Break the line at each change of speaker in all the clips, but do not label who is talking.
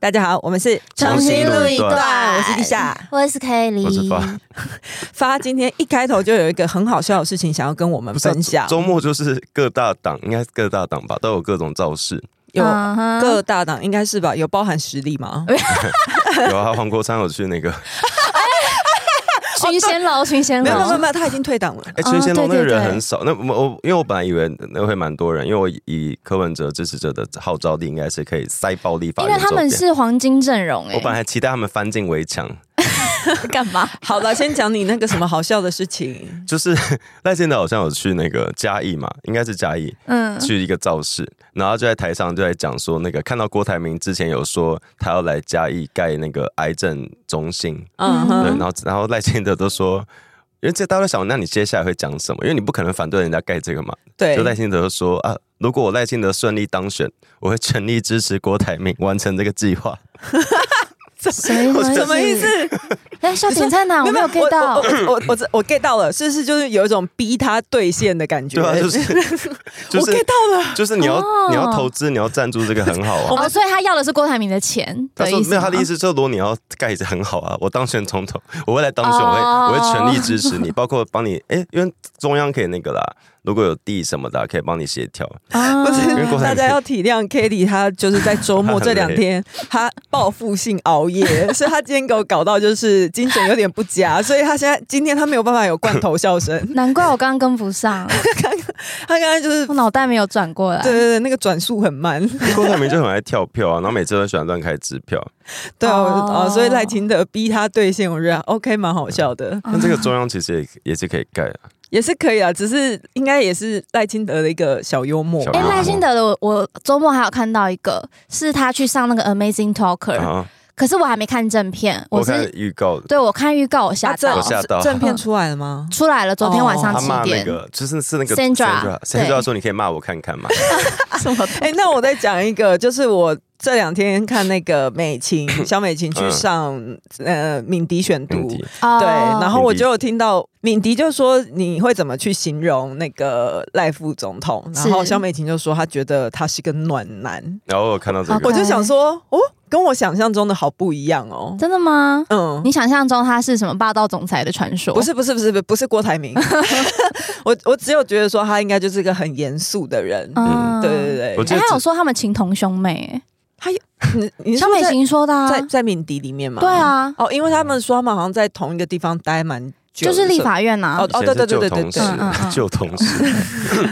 大家好，我们是
重新录一段
我是地下。
我是 Kelly，
我是
嗯
发，
发今天一开头就有一个很好笑的事情想要跟我们
不是啊
分享，
周末就是各大党，应该是各大党吧，都有各种造势。
有
嗯哼
各大党应该是吧？有包含实力吗？
有啊，黄国昌有去那
哦
个，
群仙楼，群仙
没有没有
楼
没，有，他已经退党了。
哎、陈贤龙那
对对
个人
对
很少。那我我因为我本来以为那会蛮多人，因为我以柯文哲支持者的号召力，应该是可以塞爆立法
因
院
为
周
他
边
们。是嗯黄金阵容
我本来
哎，
还期待他们翻进围墙，
干嘛？
好了，先讲你那个什么好笑的事情。
就是 赖清德好像有去那个嘉义嘛，应该是嘉义，
嗯，
去一个造势，然后就在台上就在讲说，那个看到郭台铭之前有说他要来嘉义盖那个癌症中心，
嗯
对，然
哼，
后然后赖清德都说，因为这大家都想，那你接下来会讲什么？因为你不可能反对人家盖这个嘛。
对
就，赖清德就说啊，如果我赖清德顺利当选，我会全力支持郭台铭完成这个计划。
什么意思？
什么意思？？
哎，笑点在哪？我没有 get 到
我。我我我我 get 到了，是不是就是有一种逼他兑现的感觉？
对啊， 就是就
我 get
是
到了。
就是你要
哦
你要投资，你要赞助这个很好啊。
哦，所以他要的是郭台铭的钱
他
的
说
意：“思吗。
没有，他的意思就是，如果你要盖着很好啊，我当选总统，我会来当选，我会
哦
我会全力支持你，包括帮你，哎，因为中央可以那个啦，如果有地什么的啊，可以帮你协调。
啊
不
因为
是，
郭台
哦大
铭
家要体谅 Kitty，她就是在周末
她
这
很累
两天，她报复性熬夜，所以她今天给我搞到就是精神有点不佳，所以她现在今天她没有办法有罐头笑声，
难怪我刚刚跟不 上，
她刚刚就是
我脑袋没有转过来。
对对对，那个转速很慢，
郭台铭就很爱跳票啊，然后每次都喜欢乱开支票。
对啊，我就
哦
哦，所以赖清德逼她兑现，我觉得 OK 蛮好笑的，
啊，
但这个中央其实也也是可以盖啊，
也是可以啊，只是应该也是赖清德的一个小幽默
小
哎，
幽默
赖幸德的我，我周末还有看到一个，是他去上那个 Amazing Talker，、
然后
可是我还没看正片，
啊我
我
看
是
预告，
对我看预告我吓
啊这
到，
我吓到
正片出来了吗？
出来了，昨天晚上
他
七
骂那
点，
个就是是那个
Sandra，对
Sandra 说你可以骂我看看嘛，
什么？
哎、那我再讲一个，就是我这两天看那个美琴小美琴
嗯
去上、呃敏迪选读
问，题
哦
对，然后我
敏迪
就有听到敏迪就说你会怎么去形容那个赖副总统，然
是
后肖美琴就说她觉得他是个暖男，
然后我有看到这
对
我
个，
就想说哦，跟我想象中的好不一样哦，
真的吗？
嗯。
你想象中他是什么霸道总裁的传说？
不，是不是不是不是郭台 铭，我我只有觉得说他应该就是一个很严肃的人，
嗯
对对。对，
我
哎
觉得
他有说他们情同兄妹、
你你
哎，
是
肖
说
美
在
琴说的、啊，
在在敏迪里面吗？
对啊，
哦，因为他们说他们好像在同一个地方待蛮久
就
的，
是立法院呐、啊
哦。哦，对对对对对对，
嗯嗯嗯
旧同事。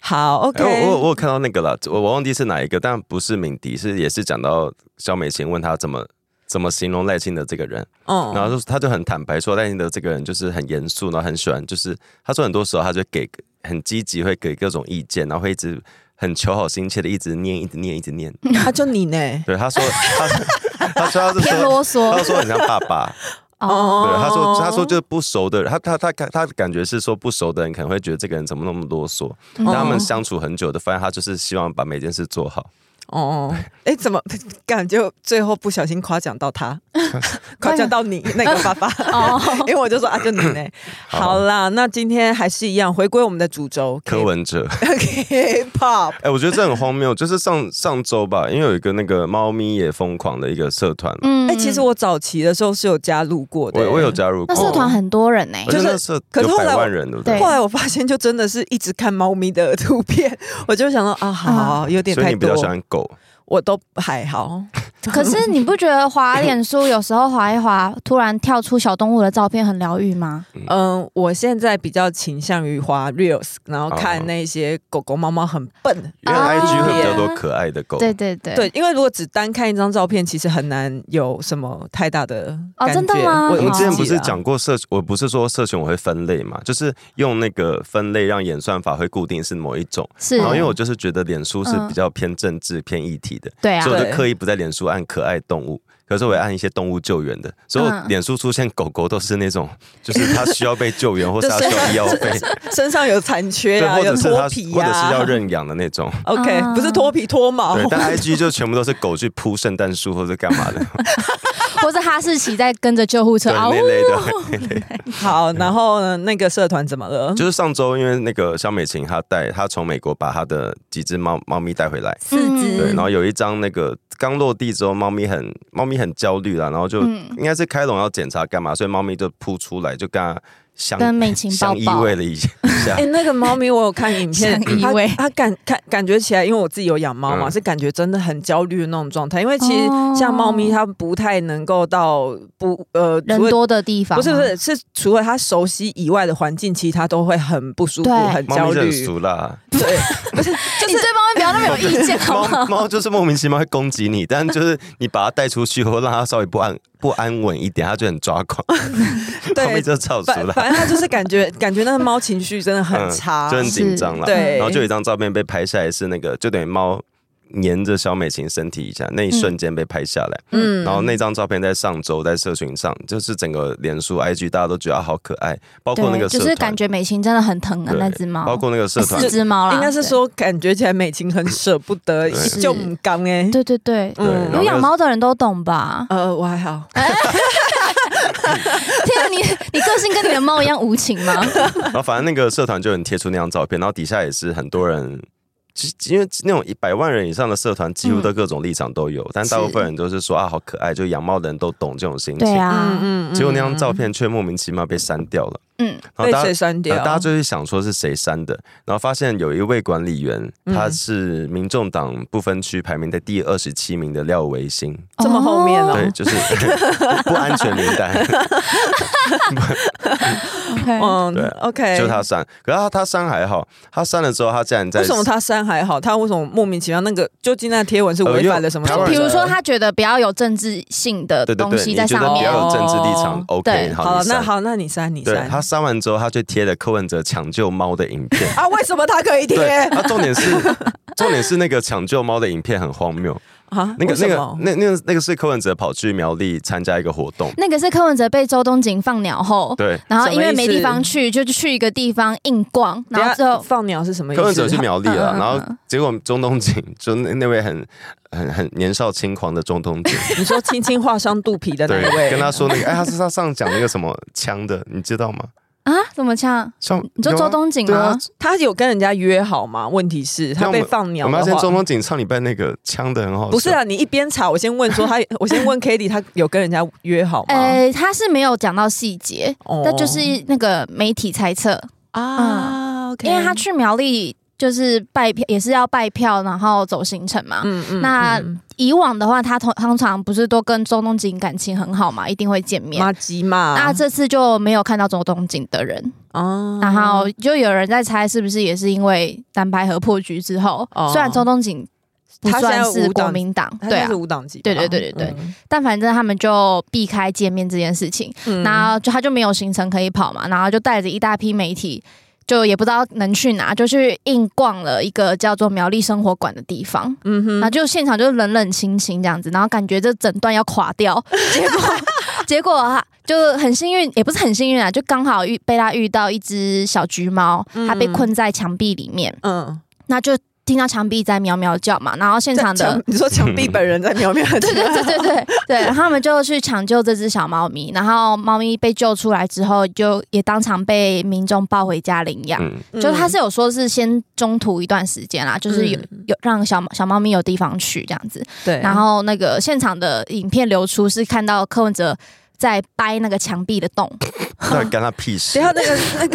好
哎，我我
，OK，
我有看到那个了，我我忘记是哪一个，但不是敏迪，是也是讲到肖美琴问他怎么。怎么形容赖清德这个人？然后
嗯，
就他就很坦白说，赖清德这个人就是很严肃，然后很喜欢，就是他说很多时候他就给很积极，会给各种意见，然后会一直很求好心切的一直念，一直念，一直念。
他就你呢？
对，他说他他说他是
偏
说
啰
他
嗦
说很像爸爸，
哦
哦
对，他说他说就是不熟的人，他他他他他感觉是说不熟的人可能会觉得这个人怎么那么啰嗦，
嗯
但他们相处很久的，发现他就是希望把每件事做好。
哦，哎，怎么感觉最后不小心夸奖到 他，夸奖到你那个爸爸？
哦，
因为我就说啊，就你呢。好啦，那今天还是一样，回归我们的主轴
柯文哲，
K-pop。
哎、我觉得这很荒谬，就是上上周吧，因为有一个那个猫咪也疯狂的一个社团，
嗯
哎，其实我早期的时候是有加入过的，欸
我我有。加入
那
过，
社团很多人欸呢、
哦
而且那社
可是
有
后来
百
我
万人，对不对
对？
后来我发现，就真的是一直看猫咪的图片，我就想到啊，好好
嗯
好有点
所以
太
你比较
多
喜，欢狗，
我都还好。
可是你不觉得滑脸书有时候滑一滑，突然跳出小动物的照片很疗愈吗？
嗯，我现在比较倾向于滑 reels，然后看
哦
那些狗狗、猫猫很笨。
因为
啊
IG 会比较多可爱的狗。
对对对，
哦对，因为如果只单看一张照片，其实很难有什么太大的
哦
感觉。
真的吗
我
我
我
们之前
自己
不是
啦
讲过社，我不是说社群我会分类嘛，就是用那个分类让演算法会固定是某一种。
是
哦然，后因为我就是觉得脸书是比较偏政治、偏议题的，
对啊
所以，我就
嗯对
刻意不在脸书按可爱动物，可是我会按一些动物救援的。所以
嗯
我脸书出现狗狗都是那种，就是它需要被救援，或是它需 要医药费，
身上有残缺
对，
啊，
或
有
者是它
脱皮啊
或者是要
呀。
认养的那种。
OK，
啊
不是脱皮脱毛
对，，但 IG 就全部都是狗去扑圣诞树或者干嘛的，
或是哈士奇在跟着救护车， 哦
对
嗷
那
呜
类的。
好，然后呢，那个社团怎么了？
就是上周因为那个肖美琴她带她从美国把她的几只猫猫咪带回来，
四
嗯
对，
只
然后有一张那个刚落地之后，猫咪很猫咪很焦虑啦，然后就、
嗯
应该是开笼要检查干嘛，所以猫咪就扑出来，就跟它相
跟美琴抱
相依
抱，
偎了一下。
哎、 那个猫咪我有看影片，
想依
它
偎
它感感感觉起来，因为我自己有养猫嘛，
嗯
是感觉真的很焦虑的那种状态。因为其实
哦
像猫咪，它不太能够到不呃，
人
除了
多的地方，
不
啊
是不，是是除了它熟悉以外的环境，其实它都会很不舒服、
对
很
猫
焦
咪就很
虑。
熟啦，
对，不是就
你
是
对猫咪不要那么有意见好
猫
吗？
猫就是莫名其妙会攻击你，但就是你把它带出去后，让它稍微不安不安稳一点，它就很抓狂。 猫咪
对，
就超熟
反
啦，
反正它就是感觉感觉那个猫情绪真的很
嗯
差，
就很紧
是
张啦。
对
然后就
哎
有一张照片被拍下来，是那个就等于猫粘着小美琴身体一下，那一
嗯
瞬间被拍下来。
嗯
然后那张照片在上周在社群上，就是整个脸书、IG 大家都觉得它啊好可爱，包括那
对，
个社
就
团，
是感觉美心真的很疼啊
对
那只猫，
包括那个社团
四，只猫啦，
应该是说感觉起来美琴很舍不得，
对
就唔刚哎。？
对，对对对，
对，
嗯
然
有
后那
养
个
猫的人都懂吧
呃，我还好，
啊天啊，你你个性跟你的猫一样无情 吗？
然后反正那个社团就有人贴出那张照片，然后底下也是很多人，其实因为那种一百万人以上的社团，几乎都各种立场都有，但大部分人都是说啊好可爱，就养猫的人都懂这种心情。
对啊，
嗯
结果那张照片却莫名其妙被删掉了，
嗯，
然后
被
大家
谁删掉？
呃大家就会想说是谁删的，然后发现有一位管理员，
嗯
他是民众党不分区排名在第二十七名的廖维新，
这么后面哦
对，就是不 安全名单，
OK，
嗯
对啊
，OK，
就他删。可是他他删还好，他删了之后，他竟然在
为什么他删还好，他为什么莫名其妙那个究竟那贴文是
呃
违
因为
反了什么
台
东
湾
西？
比
人
如说他觉得不要有政治性的
对对
东
对，
西
你
在
觉
上
得比
面，
较有政治立场
哦
，OK，
对
好
你
了，那
删。
好，那你删，你
对
删。。
他删完之后，他就贴了柯文哲抢救猫的影片
啊，为什么他可以
对，
贴
啊，重 点是重点是那个抢救猫的影片很荒谬。
啊？
那
为
个那
什
个
么？
那那个那个是柯文哲跑去苗栗参加一个活动，
那个是柯文哲被周东锦放鸟后，
对，
然后因为
什么意
没
思
地方去，就去一个地方硬逛，然后
等
最
下
后
放鸟是什么意思？
柯文哲去苗栗了，
嗯嗯嗯
然后结果中东锦就那那位很很很年少轻狂的中东锦，
你说轻轻划伤肚皮的那
对
一位，，
跟他说那个，哎，他是他上讲那个什么枪的，你知道吗？
啊怎么呛？
像
你说
有啊
周东锦
对啊
吗？
他有跟人家约好吗？问题是，他被放鸟
我们
的
要先中
话，
东锦唱礼拜那个枪的很好笑，
不是啊？你一边查，我先问说他， 我先问 k a t i e 他有跟人家约好吗？
呃，他是没有讲到细节，
哦
但就是那个媒体猜测，
啊，OK，
因为他去苗栗就是拜票，也是要拜票，然后走行程嘛。
嗯嗯
那以往的话，他通通常不是都跟周东锦感情很好嘛，一定会见面。
妈鸡嘛，
那这次就没有看到周东锦的人，
哦
然后就有人在猜是不是也是因为蓝白河破局之后，
哦
虽然周东锦不
他现在
算是
无党
国民党，
他
对
现在
啊
是，无党籍吧，
对对对对对
嗯
但反正他们就避开见面这件事情，
嗯
然后就他就没有行程可以跑嘛，然后就带着一大批媒体，就也不知道能去哪，就去硬逛了一个叫做苗栗生活馆的地方，
嗯哼
然后就现场就冷冷清清这样子，然后感觉这整段要垮掉，结果 结果啊。就很幸运，也不是很幸运啊，就刚好遇被他遇到一只小橘猫，它被困在墙壁里面，
嗯，
那就听到墙壁在喵喵叫嘛，然后现场
在
的
墙你说墙壁本人在喵喵，
对对对对对对，然后他们就去抢救这只小猫咪，然后猫咪被救出来之后，就也当场被民众抱回家领养。
嗯，
对
就他是有说是先中途一段时间啦，就是有、
嗯
有让小小猫咪有地方去这样子。
对，
然后那个现场的影片流出是看到柯文哲在掰那个墙壁的洞，
那干他屁事哦
等一？下那个那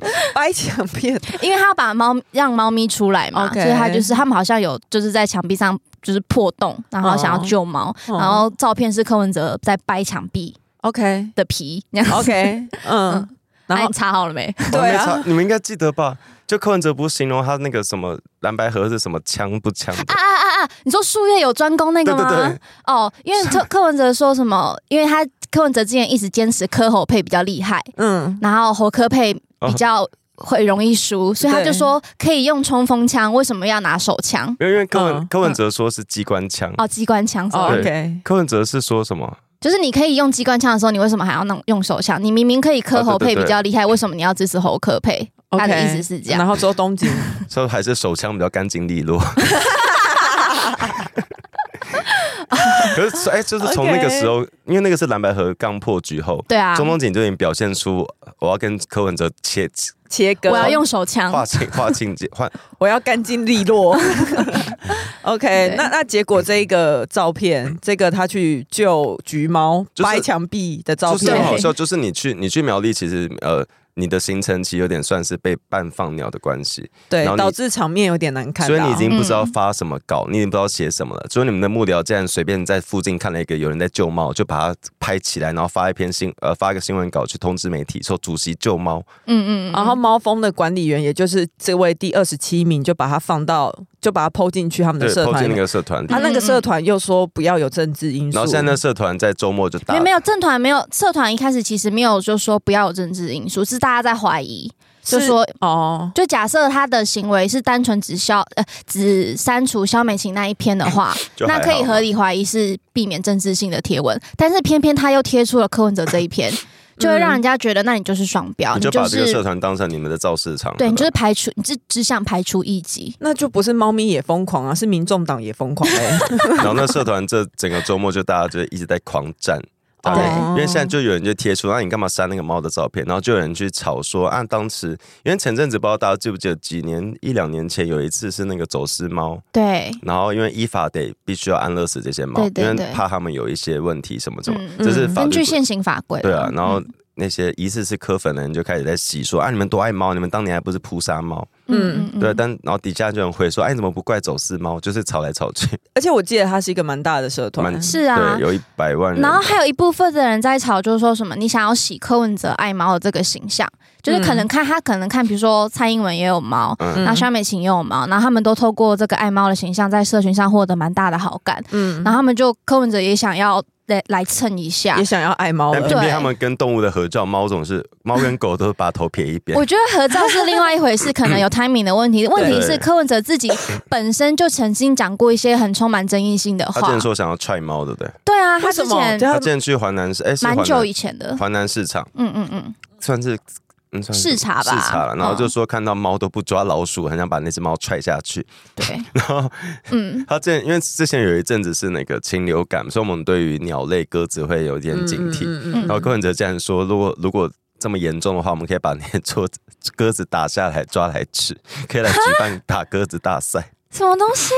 个 掰墙壁的，
因为他要把猫让猫咪出来嘛
OK
所以他就是他们好像有就是在墙壁上就是破洞，然后想要救猫
哦
然后照片是柯文哲在掰墙壁。
OK
的 皮，这样子
OK，嗯，然
哎
后
你查好了没？
我还
对
没
啊
查你们应该记得吧？就柯文哲不是形容他那个什么蓝白河是什么枪不 枪
啊
的？
啊啊啊！你说术业有专攻那个
对对
吗？
对，
哦，因为柯柯文哲说什么？因为他柯文哲之前一直坚持柯侯配比较厉害，
嗯，
然后侯科配
哦
比较会容易输，所以他就说可以用冲锋枪，为什么要拿手枪？
没有因为柯文
嗯
柯文哲说是机关枪，
哦，机关枪什么
哦
的？
对
OK，
柯文哲是说什么？
就是你可以用机关枪的时候，你为什么还要弄用手枪？你明明可以
啊
柯侯配比较厉害，为什么你要支持侯科配？他的
OK
意思是这样
然后周东锦，
说还是手枪比较干净 利落。可是，哎、就是从那个时候因为那个是蓝白河刚破局后，
对啊，
中东锦就已经表现出我要跟柯文哲切
切割，
我要用手枪，
划清划清界， 划
我要干净利落。OK，
对
那那结果这一个照片，这个他去救橘猫、
就是
掰墙壁的照
就是
片
很，好
对
笑，就是你去你去苗栗，其实呃，你的行程期有点算是被半放鸟的关系，
对
然后，你
导致场面有点难看到。
所以你已经不知道
嗯
发什么稿，你已经不知道写什么了。所以你们的幕僚竟然随便在附近看了一个有人在救猫，就把它拍起来，然后发一篇新呃发一个新闻稿去通知媒体说主席救猫，
嗯嗯嗯，
然后猫蜂的管理员，也就是这位第二十七名，就把他放到，就把他抛进去他们的
对，
社
抛
团里
进那
面。
个社团。
嗯
他那个社团又说不要有政治因素，
然后现在那社团在周末就
因
打
为没有正团没有社团一开始其实没有就说不要有政治因素，是大家在怀疑，就是说
哦，
就假设他的行为是单纯只消呃只删除肖美琴那一篇的话，
就还
那
好
可以合理怀疑是避免政治性的贴文，但是偏偏他又贴出了柯文哲这一篇，就会让人家觉得那你就是双标，
嗯啊你就把这个社
是
团当成你们的造市场，
对你就是是排除，你是只想排除异己。
那就不是猫咪也疯狂啊，是民众党也疯狂哎、
然后那社团这整个周末就大家就一直在狂战。大概
哦
因为现在就有人就贴出，啊那你干嘛删那个猫的照片？然后就有人去吵说，啊，当时因为前阵子不知道大家记不记得，几年一两年前有一次是那个走私猫，
对，
然后因为依法得必须要安乐死这些猫，
对对
因为
对
怕他们有一些问题什么什么，
嗯
这是
嗯
法
根
律
据
规
现行法规啦。
对啊，然后
嗯
那些疑似是科粉的人就开始在洗说啊，你们多爱猫，你们当年还不是扑杀猫？
嗯
嗯
对，啊但然后底下就有人回说，哎，你怎么不怪走私猫？就是吵来吵去，
而且我记得它是一个蛮大的社团
蛮，
是啊
对，，有一百万人
然。后还有一部分的人在吵，就是说什么你想要洗柯文哲爱猫的这个形象，就是可能看他可能看，比如说蔡英文也有猫，
嗯
那肖美琴也有猫，然后他们都透过这个爱猫的形象在社群上获得蛮大的好感，
嗯
然后他们就柯文哲也想要来来蹭一下
也。想要爱猫
但
了
哦对。
偏偏他们跟动物的合照，猫总是猫跟狗都是把头撇一边
我。觉得合照是另外一回事，可 能有 timing 的问题。问题是柯文哲自己本身就曾经讲过一些很充满争议性的
他之
话
前，说想要踹猫，对不对？
对啊，他
为什
之
么？
前
对
他
啊
之前去华南市，哎，是华
蛮久
南
以前的，
华南市场，
嗯嗯嗯，
算是嗯算是
视察吧
视察了。然后
嗯
就说看到猫都不抓老鼠，很想把那只猫踹下去。
对，
然后
嗯
他之前因为之前有一阵子是那个禽流感，所以我们对于鸟类、鸽子会有一点警惕。
嗯嗯
嗯
然后柯文哲竟然说，如果如果这么严重的话，我们可以把那些 桌子鸽子打下来抓来吃，可以来举办 打鸽子大赛。
什么东西？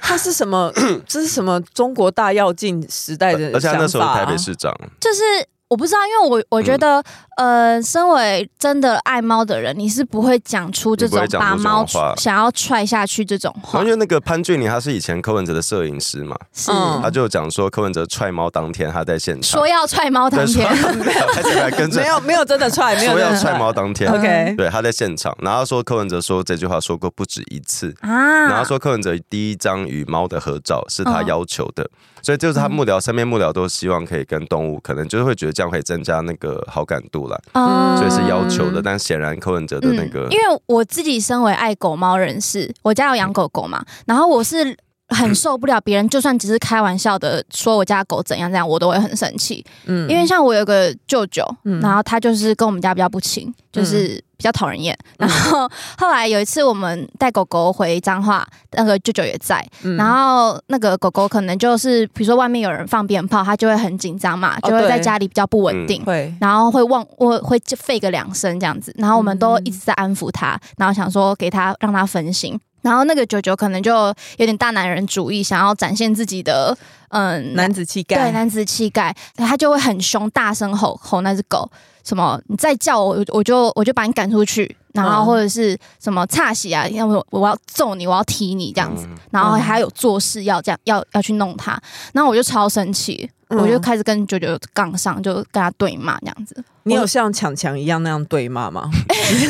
它是什 么？这是什么中国大跃进时
哎
代的、啊
而且他那时候是
啊
台北，市长，
就是我不知道，因为我我
嗯
觉得，呃，身为真的爱猫的人，你是不会讲出这
你不
种
会讲出
把
这种
猫
话
想要踹下去这种
然
话
后因，为那个潘俊麟他是以前柯文哲的摄影师嘛，
是、
嗯
他就讲说柯文哲踹猫当天他在现场
说，要踹猫当
对，说
天，
没有， 他竟然跟着
没有没有真的踹，没有
说
真
要
的
踹猫当天，
OK，
对，他在现场，然后他说柯文哲说这句话说过不止一次。
啊，
然后说柯文哲第一张与猫的合照是
嗯
他要求的，所以就是他幕僚、身边幕僚都希望可以跟动物，可能就是会觉得这样可以增加那个好感度啦，
嗯
所以是要求的。但显然柯文哲的那个
嗯，因为我自己身为爱狗猫人士，我家有养狗狗嘛，然后我是。很受不了别人，就算只是开玩笑的说我家狗怎样怎样，我都会很生气。
嗯
因为像我有个舅舅，
嗯
然后他就是跟我们家比较不亲，就是比较讨人厌。
嗯
然后后来有一次我们带狗狗回彰化，那个舅舅也在，
嗯
然后那个狗狗可能就是比如说外面有人放鞭炮，它就会很紧张嘛，
哦
就会在
对
家里比较不稳
嗯
定。
会
然后会忘，我会就吠个两声这样子，然后我们都一直在安抚他，然后想说给他让他分心。然后那个九九可能就有点大男人主义，想要展现自己的嗯
男子气
对
概，
男子气概，他就会很凶，大声吼吼那只狗，什么你再叫我，我就我就把你赶出去，然后
嗯
或者是什么差喜啊，要不我要揍你，我要踢你这样子，
嗯
然后还有做事要这样要要去弄他，然后我就超生气，
嗯
我就开始跟九九杠上，就跟他对骂这样子。
你有像强强一样那样对骂吗？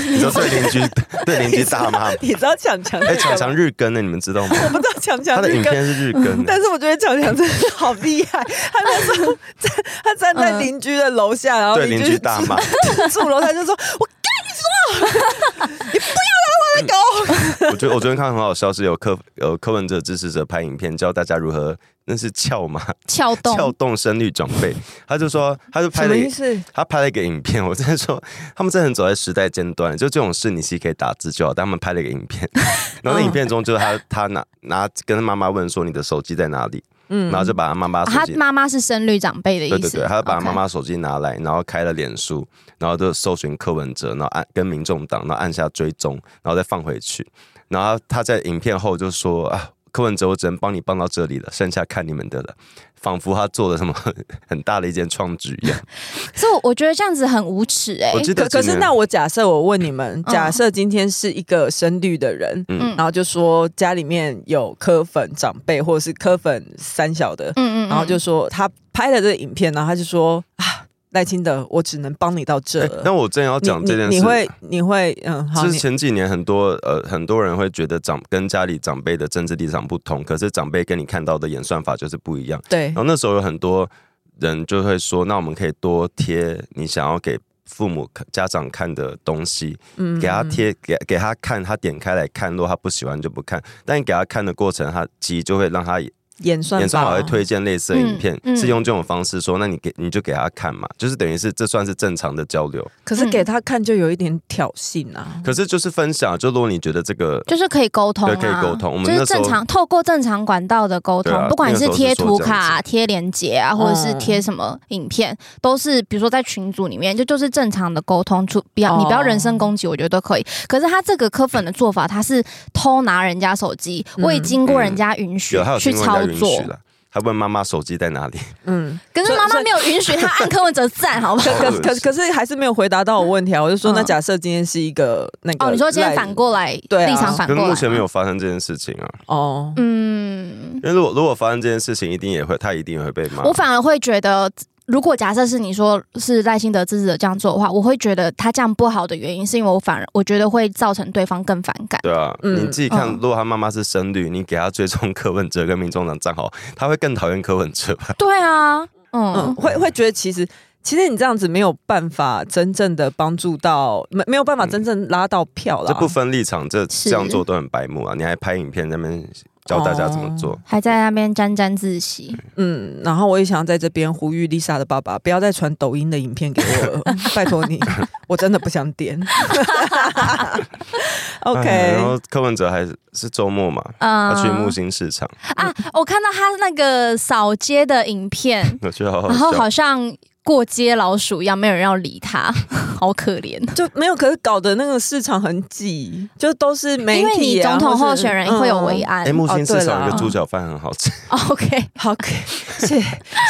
你说对邻居对邻居大骂，
你知道强强是
哎，
干嘛？
常常日更呢，你们知道吗？
我不知道强
他
强
的
是
影
跟。
片是日更的，
但是我觉得强强真的好厉害，他那时 候站他站在
嗯
邻居的楼下，然后
对邻居
居
大 骂，
住住楼下就说：“我跟你说，你不要拿我的狗。
我觉得我昨天看很好笑，是有柯有柯文哲支持者拍影片教大家如何，那是撬吗？
撬动，
撬动声律长辈，他就说， 他就”拍
什
了
么
一
意思？
他拍了一个影片，我真的说他们真的很走在时代尖端，就这种事你其实可以打字就好，但他们 拍了一个影片，然后那影片中就是他他拿拿跟他妈妈问说你的手机在哪里，
嗯
然后就把他妈妈
啊
手
他
机，
妈妈是生绿长辈的意
对
思，
对对，他就把他
OK
妈妈手机拿来，然后开了脸书，然后就搜寻柯文哲，然后按跟民众党，然后按下追踪，然后再放回去，然后他在影片后就说啊。柯文哲，我只能帮你帮到这里了，剩下看你们的了。仿佛他做了什么 很大的一件创举 一样。
所以我我觉得这样子很无耻哎、
我记
可
得
可
今
是，
年
那我假设我问你们，
嗯
假设今天是一个深绿的人，
嗯
然后就说家里面有柯粉长辈或者是柯粉三小的，
嗯嗯，
然后就说他拍了这个影片，然后他就说啊，赖清德，我只能帮你到这
哎
了。
但我正要讲
你
这件事，
你你会你会嗯，好，
就是
你
前几年很多呃很多人会觉得长跟家里长辈的政治立场不同，可是长辈跟你看到的演算法就是不一样。
对
然，后那时候有很多人就会说，那我们可以多贴你想要给父母看家长看的东西，
嗯
给他贴给给他看，他点开来看，如果他不喜欢就不看。但你给他看的过程，他其实就会让他
演算
演算法
法
会推荐类似的影片，
嗯嗯
是用这种方式说，那你给你就给他看嘛，就是等于是这算是正常的交流。
可是给他看就有一点挑衅啊。
嗯
可是就是分享，就如果你觉得这个
就是可以沟通、啊，
对可以沟通我们
就是
那时候
正常透过正常管道的沟通，
对啊
不管是贴图卡、
那时候是说这样
贴链接
嗯
啊，或者是贴什么影片，都是比如说在群组里面，就就是正常的沟通，出不要、
哦
你不要人身攻击，我觉得都可以。可是他这个科粉的做法，他是偷拿人家手机，
嗯
未经过人家允许、
有，还有
去
经过人
操
家允许
作，
了。还问妈妈手机在哪里？
嗯，
可是 妈妈没有允许他按柯文哲赞，好不好
可？可可可是还是没有回答到我问题啊。我就说，
嗯
那假设今天是一个那个
哦，你说今天
赖
反过来，
对啊
立场反
可是
过来，
目前没有，发生这件事情啊。
哦，
嗯。
因为如果如果发生这件事情，一定也会他一定也会被骂。
我反而会觉得，如果假设是你说是赖幸德支持者这样做的话，我会觉得他这样不好的原因，是因为我反而我觉得会造成对方更反感。
对啊，
嗯
你自己看，
嗯
如果他妈妈是深绿，你给他追踪柯文哲跟民众党账号，他会更讨厌柯文哲吧？
对啊，
嗯，
嗯，
会会觉得其实其实你这样子没有办法真正的帮助到，没没有办法真正拉到票啦。
嗯这不分立场，这
是
这样做都很白目啊！你还拍影片在那边教大家怎么做，
还在那边沾沾自喜。
嗯，然后我也想要在这边呼吁 Lisa 的爸爸，不要再传抖音的影片给我 了，拜托你， 我真的不想点。
哎然
哦 OK，
后柯文哲还是是周末嘛，
嗯
他去木星市场，，
啊，我看到他那个扫街的影片
我觉得好好
然后
笑
好。像过街老鼠一样，没有人要理他， 好可怜。
就没有，可是搞得那个市场很挤，就都是媒
因为
体
你
啊、
总统候选人会有
围
维安
哎，木星市场有
哦对啦
一个猪脚饭很好吃，
，OK，
嗯 OK，谢 谢，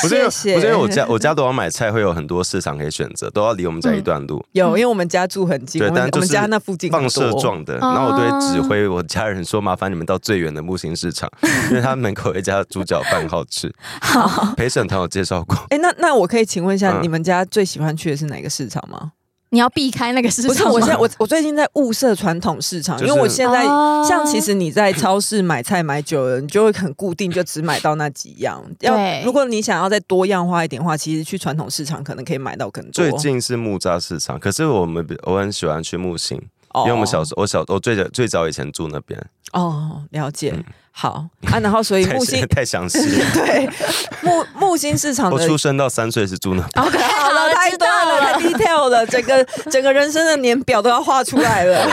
不是因为
谢
不是因为我家我家都要买菜，会有很多市场可以选择，都要离我们家一
嗯
段路。
有，因为我们家住很近，
对
我们
但
我
就是
们家那附近很多
放射状的，然后我都会指挥我家人说：“麻烦你们到最远的木星市场， 因为他门口有一家猪脚饭好吃。”好，陪审团有介 绍过，
哎、那那我可以请问一下，
嗯
你们家最喜欢去的是哪个市场吗？
你要避开那个市
不
场吗。
是，我现在我我最近在物色传统市场，
就是
因为我现在、
哦
像其实你在超市买菜买久了，你就会很固定，就只买到那几样。要
对
如果你想要再多样化一点的话，其实去传统市场可能可以买到更多。
最近是木栅市场，可是我们比我很喜欢去木星，
哦
因为我们小时候我小我最早最早以前住那边，
哦，了解。好啊，然后所 以
嗯太
木星
太详细了。
对木木星市场
我
的
出生到三岁是住那 边，
OK，好
好
了，
了
太
知
多
道
了，太
了
detail 了，整个整个人生的年表都要画出来 了。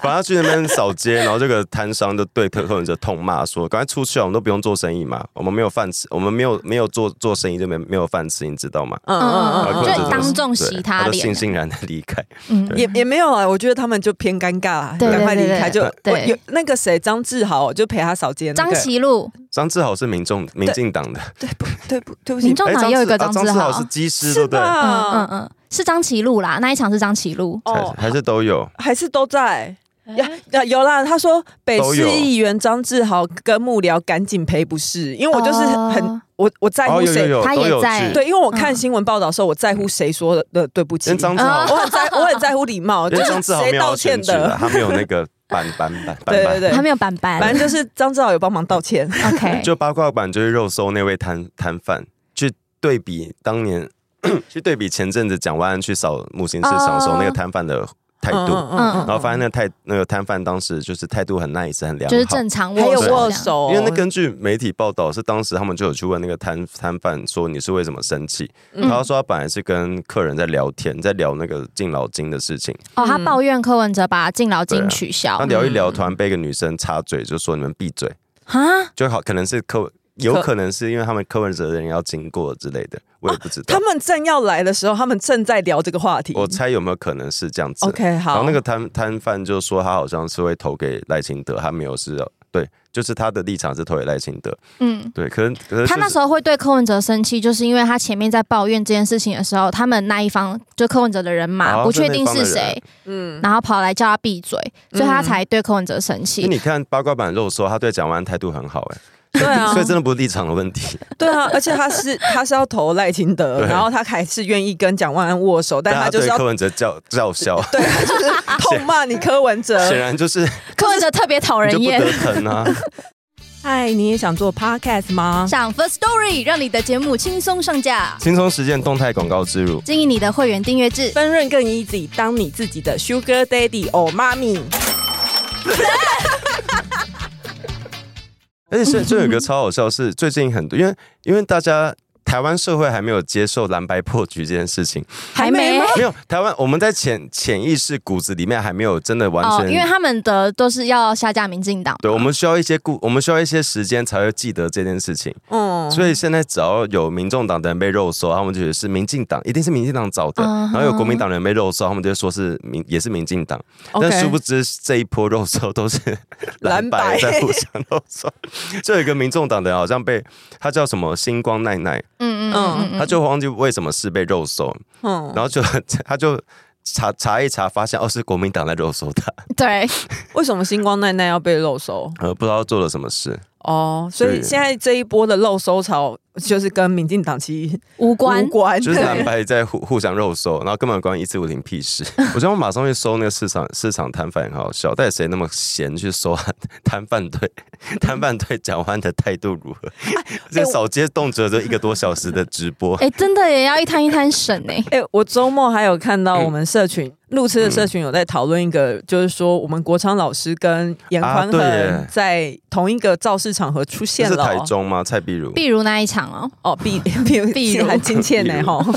反正去那边扫街，然后这个摊商就对客人就痛骂说：“赶快出去啊，我们都不用做生意嘛，我们没有饭吃，我们没有没有做做生意就没没有饭吃，你知道吗？”
嗯
嗯
然后
就
柯文哲
当
就
众
对
洗他
就
脸
欣欣然的离开。
嗯
对
也也没有啊，我觉得他们就偏尴尬啦，
对
赶快离
对对
开。就
对
我有那个谁张志豪，就陪他扫街、那个。
张琪露，
张志豪是民众民进党的，
对不对不对不起
民，众
哎
党也有一个
张
张
志
志
啊
豪
志是机师，对
是
不对？
吧？
嗯嗯嗯，是张琪露啦，那一场是张琪露。
还是
哦，
还是都有，
还是都
哎
在。呀呀，有啦！他说北
都
市
有
议员张志豪跟幕僚赶紧赔不是，因为我就是
哦
很、我我在
哦
乎
有有
谁、
有，
他也
都有
在
去
对，因为我看新闻报道的时候，我在乎谁说的的对不起
因为。张志豪，
我很在我很在乎礼 貌，
因
就
为
是
张志豪没
谁
有
道
要
歉
选举啊
的，
他没有那个板板板
对对
板板。
对
他没有板板，
反正就是张志豪有帮忙道歉。
OK，
就八卦版就是肉搜那位摊摊贩，去对比当年， 去对比前阵子蒋万安去扫木星市场的时候
哦
那个摊贩的态
嗯
度，
嗯嗯
然后发现那个态那个摊贩当时就是态度很 nice 很良
就是
好。
正常
还
握
有
手，
握，手，
因为那根据媒体报道，是当时他们就有去问那个摊摊贩说你是为什么生气，
嗯
他说他本来是跟客人在聊天，在聊那个敬老金的事情，
哦，他抱怨柯文哲把敬老
嗯对
金
啊
取消
嗯
他聊一聊，突然被一个女生插嘴，就说你们闭嘴，
啊，
就好可能是柯有可能是因为他们柯文哲的人要经过之类的，我也不知道。
啊他们正要来的时候，他们正在聊这个话题。
我猜有没有可能是这样子
OK，
然后
好，
那个摊摊贩就说他好像是会投给赖清德，他没有是，对，就是他的立场是投给赖清德，
嗯。
对。可是可是、就是、
他那时候会对柯文哲生气，就是因为他前面在抱怨这件事情的时候，他们那一方就柯文哲的人嘛，
哦
不确定是
是那一方的
谁
人，
嗯，
嗯
然后跑来叫他闭嘴，所以他才对柯文哲生气。
那你看八卦版肉说他对蒋万安态度很好、哎、
对啊
所以，真的不是立场的问题，
对啊，而且他 是他是要投赖清德，
对
然后他还是愿意跟蒋万安握手， 但
大
他
家
就是
对
要
柯文哲叫 叫嚣，
对，他就是痛骂你柯文哲。
显然就是
柯文哲特别讨
你
人
就不
厌
得。疼啊。
嗨，你也想做 podcast 吗？
上 First Story 让你的节目轻松上架，
轻松实践动态广告植入，
经营你的会员订阅制。
分润更 easy，当你自己的 sugar daddy 或妈咪。
而且是这有一个超好笑是，最近很多，因为因为大家台湾社会还没有接受蓝白破局这件 事情，
还没
还
没有台湾我们在潜潜意识骨子里面还没有真的完
哦，
全，
因为他们的都是要下架民进党。
对我们需要一些故，我们需要一些时间才会记得这件事情。
嗯，
所以现在只要有民众党的人被肉搜，他们就觉得是民进党，一定是民进党找的；
嗯哼
然后有国民党的人被肉搜，他们就会说是民也是民进党。
OK
但殊不知这一波肉搜都是蓝白
蓝白
在互相肉搜。就有一个民众党的人好像被他叫什么星光奈奈，
嗯嗯
嗯
嗯嗯
他就忘记为什么是被肉搜，
嗯，
然后就 他就查查一查，发现哦是国民党在肉搜他，
嗯，对，
为什么星光奈奈要被漏收？
呃不知道做了什么事。
哦，所以
是
现在这一波的漏收潮就是跟民进党其实
无
无
关。
关，
就是蓝
对
白在互互相肉搜，然后根本关一四五零屁事。 我觉得我马上去搜那个市场市场摊贩，很好笑。到底谁那么闲去搜 啊摊贩对摊贩对蒋万安的态度如何？ 这扫街动辄就一个多小时的直播，
哎、真的也要一摊一摊审欸呢、
哎、我周末还有看
嗯
到我们社群、路痴的社群有在讨论一个，就是说我们国昌老师跟严宽
啊对耶
恒在同一个造势场合出
这
现
是
了哦、
台中吗？蔡碧如
比如那一场哦，
哦，比 比
比
比
如
还亲切
比
呢
如
吼。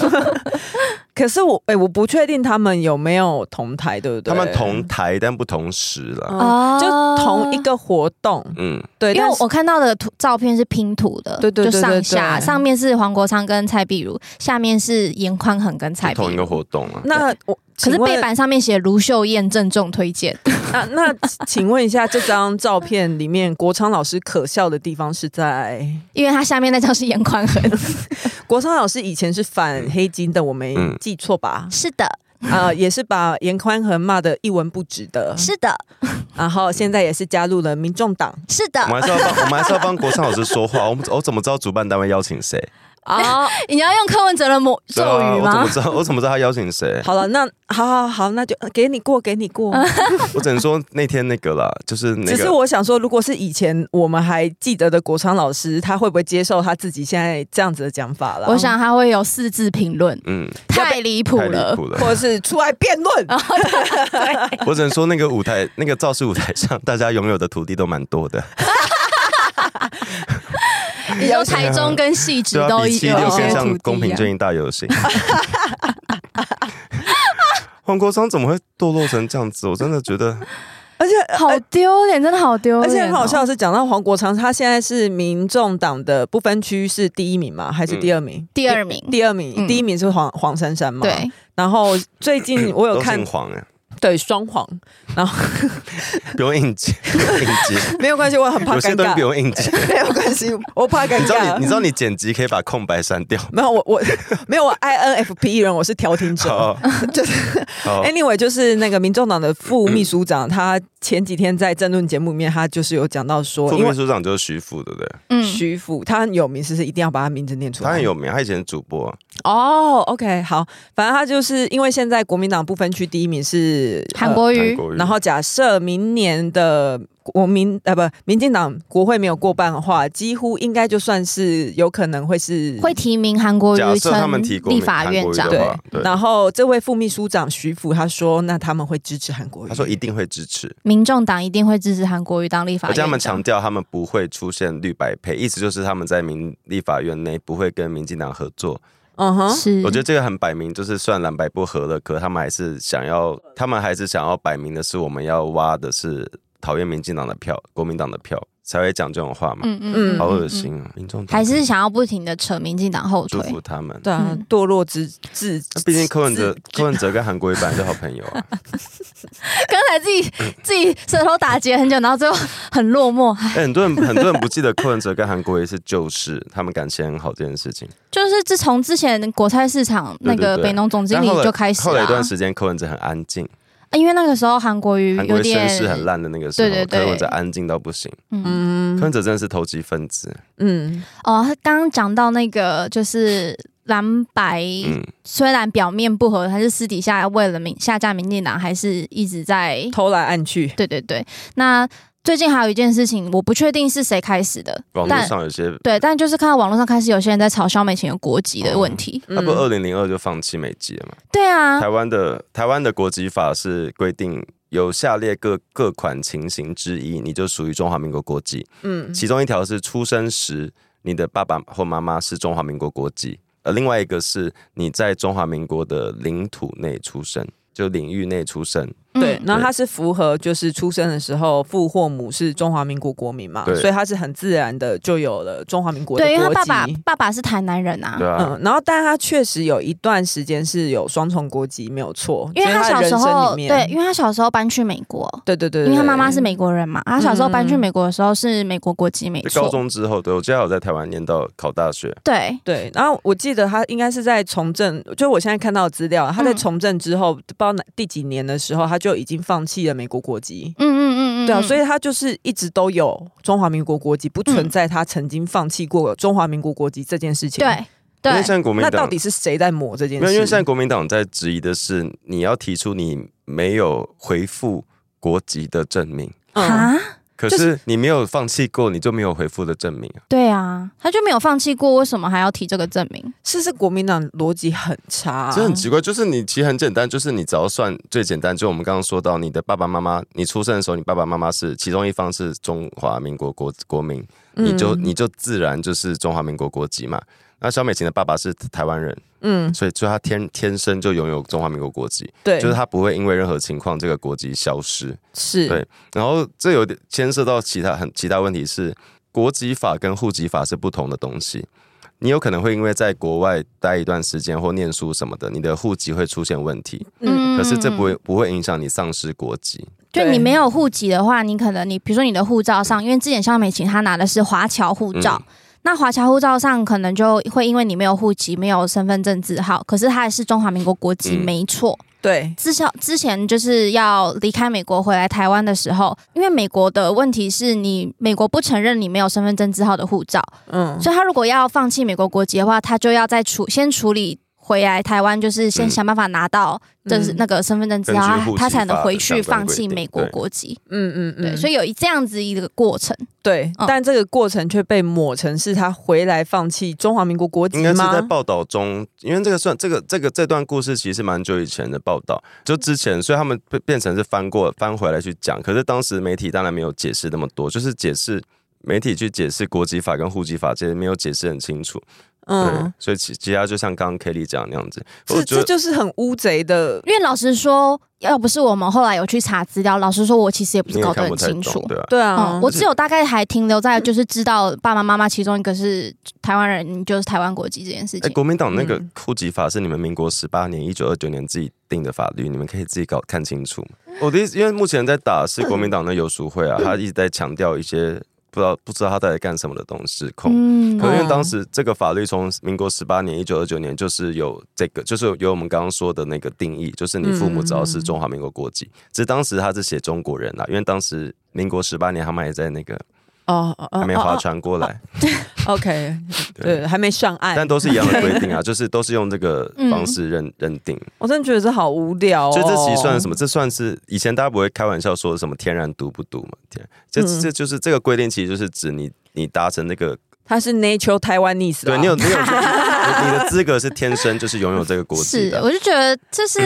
可是我哎、我不确定他们有没有同台，对不对？
他们同台但不同时了。
嗯就
哦
同一个活动，
嗯，
对，
因为
但是
我看到的图照片是拼图的，
对对对
就上
对对
下，
对
上面是黄国昌跟蔡碧如，下面是严宽恒跟蔡碧
同一
如
个。活动啊。
那我
可是
请问
背板上面写卢秀燕郑重推荐，
那那请问一下，这张照片里面国昌老师可笑的地方是在
因为他下面那张是严宽 恒。
国昌老师以前是反黑金的，我没
嗯
记错吧？
是的，
啊、也是把严宽恒骂的一文不值的，
是的，
然后现在也是加入了民众党
是
我
嗯
的。
们还是要帮，我们还是要帮国昌老师说话。我们我怎么知道主办单位邀请谁？
啊。
你要用柯文哲的魔咒
对啊，
语
我怎么
吗？
知道？我怎么知道他邀 请谁？
好了，那好好好，那就呃给你过，给你过。
嗯
我只能说那天那个啦，就是那
只是
个
我想说，如果是以前我们还记得的国昌老师，他会不会接受他自己现在这样子的讲法了？
我，想他会有四字评论，
嗯，
太离谱
太离
了。
谱了。
或者是出来辩论。
哦
我只能说，那个舞台，那个造势舞台上，大家拥有的土地都蛮多的，
你说台中跟戏子
对啊，
都有
比七六
些
更像
土
公
地
平
啊。
正义大游行。黄国昌怎么会堕落成这样子？我真的觉得，
而且
好丢脸，真的好丢
而
脸哦、
且很好笑的是，讲到黄国昌，他现在是民众党的不分区是第一名吗？还是第二名？
第二名，
第二名，
嗯
第一名是黄黄珊珊嘛？。
对，
然后最 近我有
都
看
姓，黄哎，
对双黄
不用应接，不用应 接，
没有关系，我很怕
有
尴
些东西
尬
不，用应接。
没有关系，我怕尴
你知道
尬。
你，你知道你剪辑可以把空白删 掉。
没有我我没有我 INFP 人，我是调停者。
好， 好
Anyway，就是那个民众党的副秘书长，他前几天在政论节目里面，他就是有讲到说，
副
因
秘
为
书长就是徐副，对不对？
嗯，
徐福他很有名，是不是一定要把他名字念出来？
他很有名，他以前是主播，
哦、o k 好，反正他就是因为现在国民党不分区第一名是
韩、国
韩
瑜，
国瑜
呃然后假设明年的国民呃不，民进党国会没有过半的话，几乎应该就算是有可能会是
会提名韩国
假
瑜
设他们提
成
国民
立法院长
韩国
对
瑜，的话对。
然后这位副秘书长徐福他说，那他们会支持韩国瑜。
他说一定会支持。
民众党一定会支持韩国瑜当立法
而且他
院
们强
长。
调他们不会出现绿白配，意思就是他们在民立法院内不会跟民进党合作。
嗯哼，
是，
我觉得这个很摆明，就是虽然蓝白不合了，可他们还是想要，他们还是想要摆明的是我们要挖的是讨厌民进党的票、国民党的票，才会讲这种话嘛，
嗯嗯
嗯
嗯，
好恶心啊！民众
还是想要不停的扯民进党后
祝
腿
福。他们。
对啊
嗯，
堕落之至，
那毕竟柯文哲
自、
柯文哲跟韩国瑜本来是好朋友 啊，
刚才 自己自己舌头打结很久，然后最后很落寞， 唉
哎，很多人很多人不记得柯文哲跟韩国瑜是旧事，他们感情很好这件 事情。
就是自从之前国泰市场那
对对
个
对
北农总经
但
理
后来
就开始
后来一
啊
段，时间，柯文哲很安静，
啊因为那个时候韩国瑜
韩
嗯
国
有
瑜
点
声势很烂的那个时候，
对对对
柯文哲安静到不行。
嗯
嗯
柯文哲真的是投机分子，
嗯，
哦，他刚刚讲到那个就是蓝白，
嗯，
虽然表面不和，但是私底下为了民下架民进党，还是一直在
偷来暗去，
对对对。那最近还有一件事情，我不确定是谁开始的，
网络
但
上有些，
对，但就是看到网络上开始有些人在嘲笑美琴的国籍
哦
的问题。
他啊不
嗯
二零零二就放弃美籍了嘛？
对啊
台，湾的台湾的国籍法是规定有下列各各款情形之一，你就属于中华民国国籍。
嗯
其中一条是出生时你的爸爸或妈妈是中华民国国籍，呃，另外一个是你在中华民国的领土内出生，就领域内出生。
对
嗯，
然后他是符合就是出生的时候父或母是中华民国国民嘛
对，
所以他是很自然的就有了中华民国的
对，因为他
国
爸爸
籍。
爸爸是台南人啊
对。啊，
嗯，然后但他确实有一段时间是有双重国籍，没有错，
因为
就是
他小
的
时
人生里
候，
面
对，因为他小时候搬去美国，
对对对，嗯
因为他
对
妈妈是美国人嘛，啊他小时候搬去美国的时候是美国国籍，没
就高
错。
中之后，对我记得我在台湾念到考大学，
对，
对，然后我记得他应该是在从政，就我现在看到的资料，他在
嗯
从政之后，不知道哪第几年的时候，他就已经放弃了美国国籍。
嗯嗯嗯嗯，
对啊，所
以
以他就是一直都有中华民国国籍，不
嗯
存在他曾经放弃过中华民国国籍这件事情。
对
因为
对
现在国民
那到
党
底是谁在抹这件
没
事？
有，因为现在国民党在质疑的是你要提出你没有回复国籍的证明，
嗯，
啊，
可
就是
你没有放弃过，你就没有回复的证明啊。
对啊，他就没有放弃过，为什么还要提这个证明？
是不是国民党逻辑很差、啊，
这很奇怪，就是你其实很简单，就是你只要算最简单，就我们刚刚说到，你的爸爸妈妈，你出生的时候，你爸爸妈妈是其中一方是中华民国国国民，你就、
嗯
你就自然就是中华民国国籍嘛。那肖美琴的爸爸是台湾人，
嗯，
所以所以他天天生就拥有中华民国国籍，
对，
就是他不会因为任何情况这个国籍消失。
是
对然后这有点牵涉到其他很其他问题是，国籍法跟户籍法是不同的东西。你有可能会因为在国外待一段时间或念书什么的，你的户籍会出现问题，
嗯
可是这不会不会影响你丧失国籍。
就
对
你没有户籍的话，你可能你比如说你的护照上，因为之前肖美琴她拿的是华侨护照，
嗯
那华侨护照上可能就会因为你没有户籍、没有身份证字号，可是她还是中华民国国籍，
嗯
没错。
对，
至少之前就是要离开美国回来台湾的时候，因为美国的问题是你美国不承认你没有身份证字号的护照，
嗯，
所以他如果要放弃美国国籍的话，他就要再处先处理回来台湾，就是先
嗯
想办法拿到就是
嗯
那个身份证之后，
根据
他
户籍
他才能
法
回
的
去
相关
放
规
弃
定
美国
对
国籍。
嗯嗯嗯，
对，所
以
以有一这样子一个过程，
对，
嗯
但这个过程却被抹成是他回来放弃中华民国国籍
应该是在
吗？
报道中，因为这个算这个这个这段故事其实蛮久以前的报道，就之前，所以他们变变成是翻过翻回来去讲。可是当时媒体当然没有解释那么多，就是解释媒体去解释国籍法跟户籍法，其实没有解释很清楚。对
嗯，，
所以其其他就像刚刚 Kelly 讲那样子，我
这
觉
这
得
就是很乌贼的，
因为老实说，要不是我们后来有去查资料，老实说，我其实也不
你
是
也
搞得
看
很
不太
清
懂
楚，。
对啊。
对啊
嗯，，我只有大概还停留在就是知道爸爸妈妈其中一个是台湾人，你就是台湾国籍这件事
哎，
情。
国民党那个
嗯
户籍法是你们民国十八年、一九二九年自己定的法律，你们可以自己搞看清楚。我的意思，因为目前在打是国民党的游淑慧
嗯
啊，他一直在强调一些不知道不知道他到底干什么的东西控。
嗯
可能因为
哦
当时这个法律从民国十八年、一九二九年就是有这个，就是有我们刚刚说的那个定义，就是你父母只要
嗯
是中华民国国籍。只是当时他是写中国人啦，啊因为当时民国十八年他们还在那个
哦哦哦
还没
哦
划
哦
船过来，
，OK，对，哎还没上岸，
但都是一样的规 定啊，就是都是用这个
嗯
方式认、认定。
我真的觉得这好无聊哦。
所以这其实算是什么？这算是以前大家不会开玩笑说什么天然毒不毒嘛？天然，这、
嗯
这就是这个规定，其实就是指你你达成那个，
它是 Nature Taiwanese，啦
对你
嗯
有你有你你的资格是天生就是拥有这个国籍
哦
嗯
是，
的。
我就觉得这是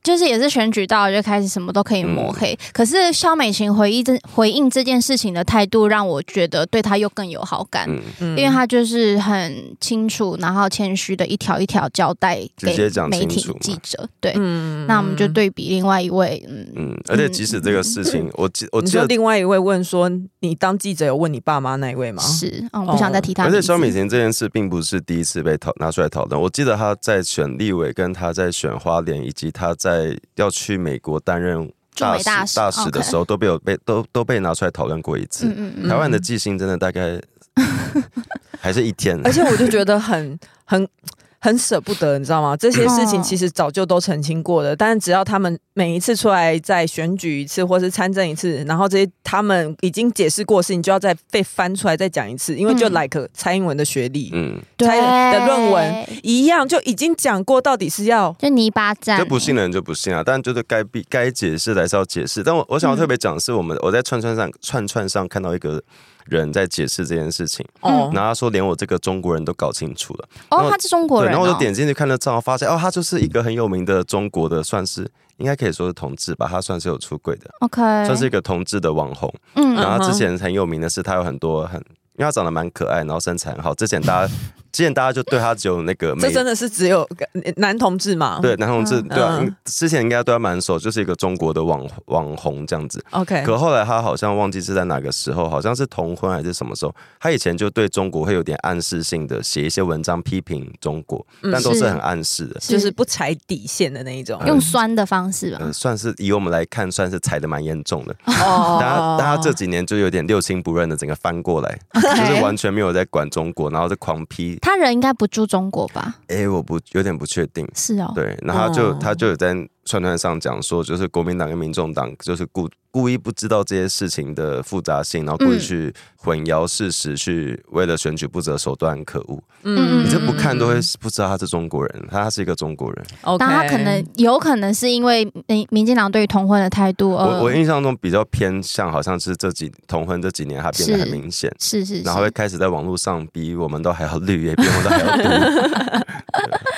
就是也是选举到就开始什么都可以抹黑，
嗯
可是肖美琴回忆这回应这件事情的态度，让我觉得对她又更有好感，
嗯，
因
因为她就是很清楚，然后谦虚的一条一条交代
直接
给
讲
媒
清
体
楚嘛
记者。对，
嗯
那我们就对比另外一位，嗯，
嗯，而且即使这个事情，我记我
嗯你
记
说
得，
另外一位问说，你当记者有问你爸妈那一位吗？
是，嗯，我不想再提他
哦而
名字。
且肖美琴这件事并不是第一次被讨拿出来讨论。我记得她在选立委，跟她在选花莲，以及她在要去美国担任
驻
大
美
使
大使哦
大使的
OK
时候，都被有被都都被拿出来讨论过一次。
嗯嗯嗯，
台湾的记性真的 大概还是一天，
而且我就觉得很很很舍不得，你知道吗？这些事情
哦
其实早就都澄清过的，但是只要他们每一次出来再选举一次，或是参政一次，然后这些他们已经解释过的事情，就要再被翻出来再讲一次，因为就
嗯
like 蔡英文的学历、
嗯，
对
的论文一样，就已经讲过到底是要。
就泥巴战，
就不信的人就不信啊。但就是该必该解释的还是要解释。但我我想要
嗯
特别讲的是，我们我在串串上串串上看到一个人在解释这件事情，
哦，
嗯
然后他说连我这个中国人都搞清楚了。然
哦，
后
他是中国
对，
人、哦，
然后我就点进去看了账号，发现哦，他就是一个很有名的中国的，算是应该可以说是同志吧，他算是有出柜的，
OK，
算是一个同志的网红。
嗯
然后他
嗯哼
之前很有名的是，他有很多很，因为他长得蛮可爱，然后身材很好。之前大家之前大家就对他只有那个
这
美
真的是只有呃男同志嘛？
对男同志，
嗯
对啊，
嗯
应之前应该对他蛮熟，就是一个中国的网网红这样子。
，OK，
可后来他好像忘记是在哪个时候，好像是同婚还是什么时候，他以前就对中国会有点暗示性的写一些文章批评中国，
嗯
但都是
是
很暗示的。
就是不踩底线的那一种。
用酸的方式吧
呃，。算是以我们来看，算是踩的蛮严重的。
哦
但他但他这几年就有点六亲不认的，整个翻过来，嗯
哎
就是完全没有在管中国，然后就狂批。
他人应该不住中国吧？
哎、我不有点不确定。
是哦，
对，然后他就、
哦
他就有在串串上讲说，就是国民党跟民众党就是故故意不知道这些事情的复杂性，然后故意
嗯
去混淆事实，去为了选举不择手段，可恶！
嗯
你这不看都会不知道他是中国人，他他是一个中国人。
嗯 OK，
但他可能有可能是因为民民进党对于同婚的态度，
我我
呃，
印象中比较偏向好像是这几同婚这几年他变得很
是
明显。
是是
然后会
是，
开始在网络上比我们都还要绿，也比我们都还 要毒。 对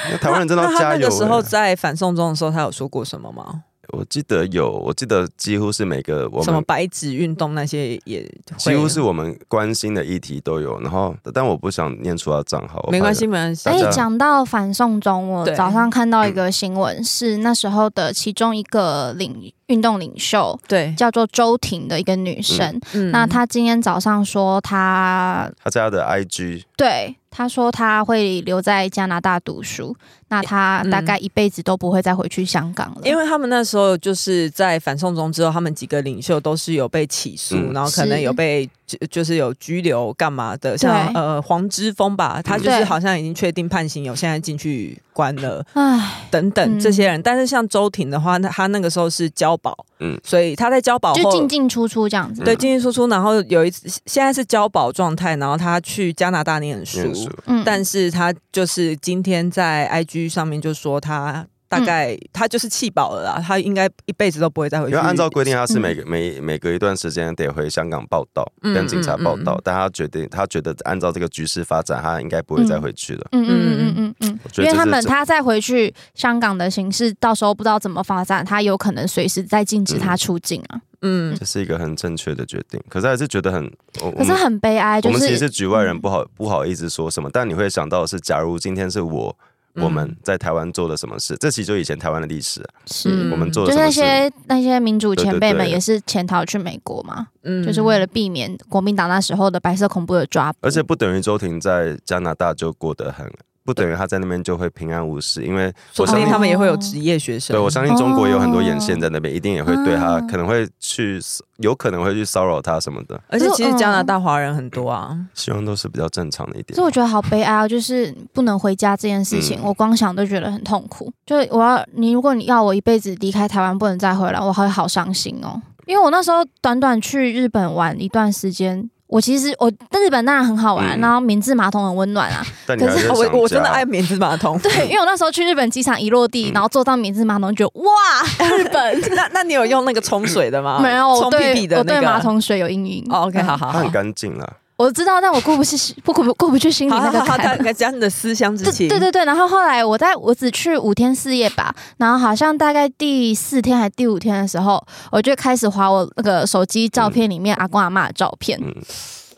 因为台湾人真的
那
要
他
加
那
油
个时候
欸！
在反送中的时候，他有说过什么吗？
我记得有，我记得几乎是每个我
什么
们
白纸运动那些也会
几
啊
乎是我们关心的议题都有。然后，但我不想念出他账号，我
没
怕
关系，。没关系
大
哎
家，
讲到反送中，我
对
早上看到一个新闻，是那时候的其中一个领运动领袖
对，
叫做周婷的一个女生，
嗯
哎那她今天早上说她
他家的 IG
对，他说他会留在加拿大读书，那他
嗯
大概一辈子都不会再回去香港了。
因为他们那时候就是在反送中之后，他们几个领袖都是有被起诉，
嗯
然后可能
是
有被就就是有拘留干嘛的，像
对
呃黄之锋吧，他就是
对
好像已经确定判刑有，现在进去关了
唉，
等等
嗯
这些人。但是像周婷的话，那他那个时候是交保，
嗯
所以他在交保
就
哦
后
进进出出这样子。
对，进进出出，然后有一次现在是交保状态，然后他去加拿大念书，
念书，
嗯
但是他就是今天在 IG 上面就说他大
嗯
概、他就是气饱了啦，他应该一辈子都不会再回
因
去。
为按照规定，他是
嗯
每个每每隔一段时间得回香港报道，
嗯
跟警察报
嗯
道
嗯。
但他决定，他觉得按照这个局势发展，他应该不会再
嗯
回去了。
嗯嗯嗯嗯嗯
我
嗯，
觉得
因为
这
他
是
们
这
他再回去香港的形势，到时候不知道怎么发展，他有可能随时再禁止他出境啊。
嗯，
这是一个很正确的决定，可是还是觉得很，我
可是
我们
很悲哀，
嗯我
就
们其实
是
是局外人，
嗯
不好、不好意思说什么。但你会想到的是，假如今天是我。
嗯
我们在台湾做了什么事？这其实就以前台湾的历史啊、
嗯
是。
我们做
就是
了什
那
么事？
些那些民主前辈
对对
们
对
也是潜逃去美国嘛，
嗯
就是为了避免国民党那时候的白色恐怖的抓捕。
而且不等于周婷在加拿大就过得很，不等于她在那边就会平安无事，因为
说
我
不
相
定
信
他，们也会
哦
有职业学生。
对我相信中国有很多眼线在那边，一定也会对她
哦
可能会去，有可能会去骚扰她什么的，
而且
嗯
其实加拿大华人很多啊，
希望都是比较正常的一点
可是。我觉得好悲哀啊，就是不能回家这件事情，
嗯
我光想都觉得很痛苦。就我要你，如果你要我一辈子离开台湾不能再回来，我会好伤心哦。因为我那时候短短去日本玩一段时间，我其实我在日本当然很好玩，
嗯
然后免治马桶很温暖啊。
但你还是
哦
想
我我真的
家
爱免治马桶。
对，因为我那时候去日本机场一落地，
嗯
然后坐到免治马桶，觉得哇，日 本
那那你有用那个冲水的吗？
没有我
冲屁屁
对
的
我
那
对
个啊
马。桶水有阴影。
哦，OK，好
嗯
好
她
好
很。干净啦，
我知道，但我过不去，不过不过不去心里
好
那
好
个
好，
坎。
大讲你的思乡之情。
对对对，然后后来我在我只去五天四夜吧，然后好像大概第四天还第五天的时候，我就开始划我那个手机照片里面阿公阿妈的照片，
嗯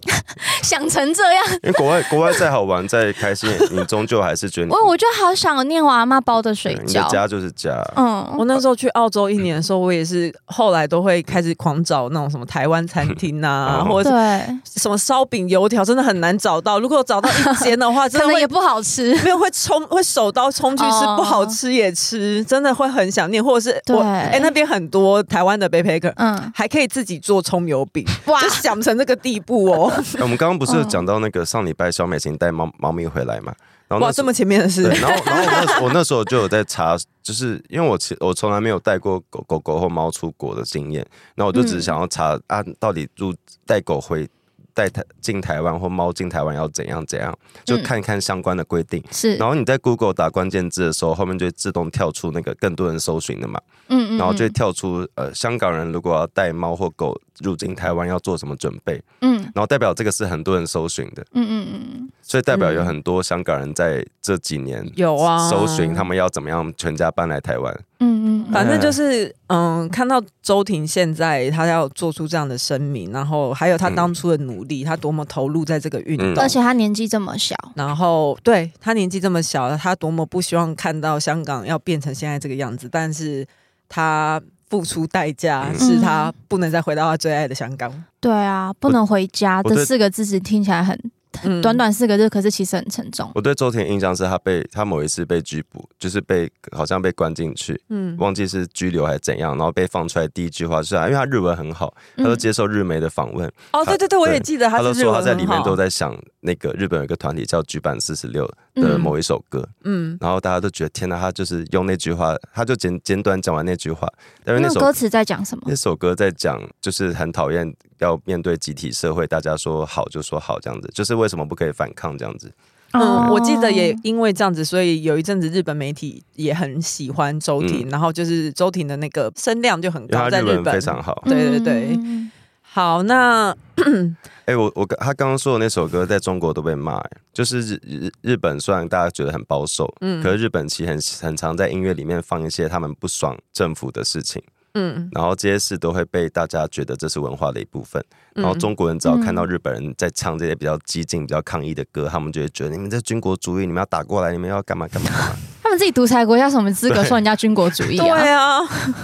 想成这样，
因为国外国外再好玩再开心，你终究还是觉得你
我我就好想念我阿妈包的水
你的
饺，
嗯家就是家。
嗯，
我那时候去澳洲一年的时候，我也是 后来都会开始狂找那种什么台湾餐厅啊，
嗯
或者是
对，
什么烧饼、油条，真的很难找到。如果找到一间的话，真
可
的
能也
会
不好 吃，
没有会冲，会手刀冲去吃，
哦
不好吃也吃，真的会很想念。或者是我
对
哎、那边很多台湾的 backpacker
嗯，
还可以自己做葱油饼，
哇
就，想成这个地步 哦！
哎我们刚刚不是有讲到那个上礼拜小美琴带猫猫咪回来嘛？然后
哇，
那时
这么前面的事
对，，然后然后我 那我那时候就有在查，就是因为我其我从来没有带过狗狗狗或猫出国的经验，那我就
嗯
只是想要查、啊，到底入带狗回带台进台湾或猫进台湾要怎样怎样，就
嗯
看一看相关的规定。
是，
然后你在 Google 打关键字的时候，后面就会自动跳出那个更多人搜寻的嘛，
嗯嗯，
然后就会跳出呃香港人如果要带猫或狗入境台湾要做什么准备，
嗯
然后代表这个是很多人搜寻的，
嗯嗯嗯
所以代表有
嗯
很多香港人在这几年
有啊，
搜寻他们要怎么样全家搬来台湾。
嗯嗯，
反正就是，嗯，看到周婷现在她要做出这样的声明，然后还有她当初的努力，她多么投入在这个运动，
嗯
而且他年纪这么小，
然后对她年纪这么小，她多么不希望看到香港要变成现在这个样子，但是她付出代价、
嗯
是她不能再回到她最爱的香港。
对啊，不能回家
我
这
对
四个字词听起来很
嗯
短短四个字，可是其实很沉重。
我对周田印象是他被他某一次被拘捕，就是被好像被关进去，
嗯
忘记是拘留还是怎样，然后被放出来第一句话是啊，因为他日文很好，他就
嗯
接受日媒的访问，
哦，对对对，我也记得她
他就是
日
说
文
他
很好
在里面都在想那个日本有一个团体叫举版四十六
嗯
的某一首歌，
嗯
然后大家都觉得天哪，他就是用那句话，他就简简短讲完那句话，但是
那
那
个嗯
首
歌词在讲什么？
那首歌在讲，就是很讨厌要面对集体社会，大家说好就说好这样子，就是为什么不可以反抗这样子？
嗯
哦，
我记得也因为这样子，所以有一阵子日本媒体也很喜欢周婷，然后就是周婷的那个声量就很
因为
高，
嗯他
在
日文
本
非常 好。
对对对
嗯
好，那
哎、我我他刚刚说的那首歌在中国都被骂、哎就是日日日本虽然大家觉得很保守，
嗯
可是日本其实很很常在音乐里面放一些他们不爽政府的事情，
嗯，
然后这些事都会被大家觉得这是文化的一部分。然后中国人只要看到日本人在唱这些比较激进、比较抗议的歌，他们就会觉得你们这军国主义，你们要打过来，你们要干嘛干嘛干嘛。
他们自己独裁国家，什么资格
对
说人家军国主义
对
啊？
啊。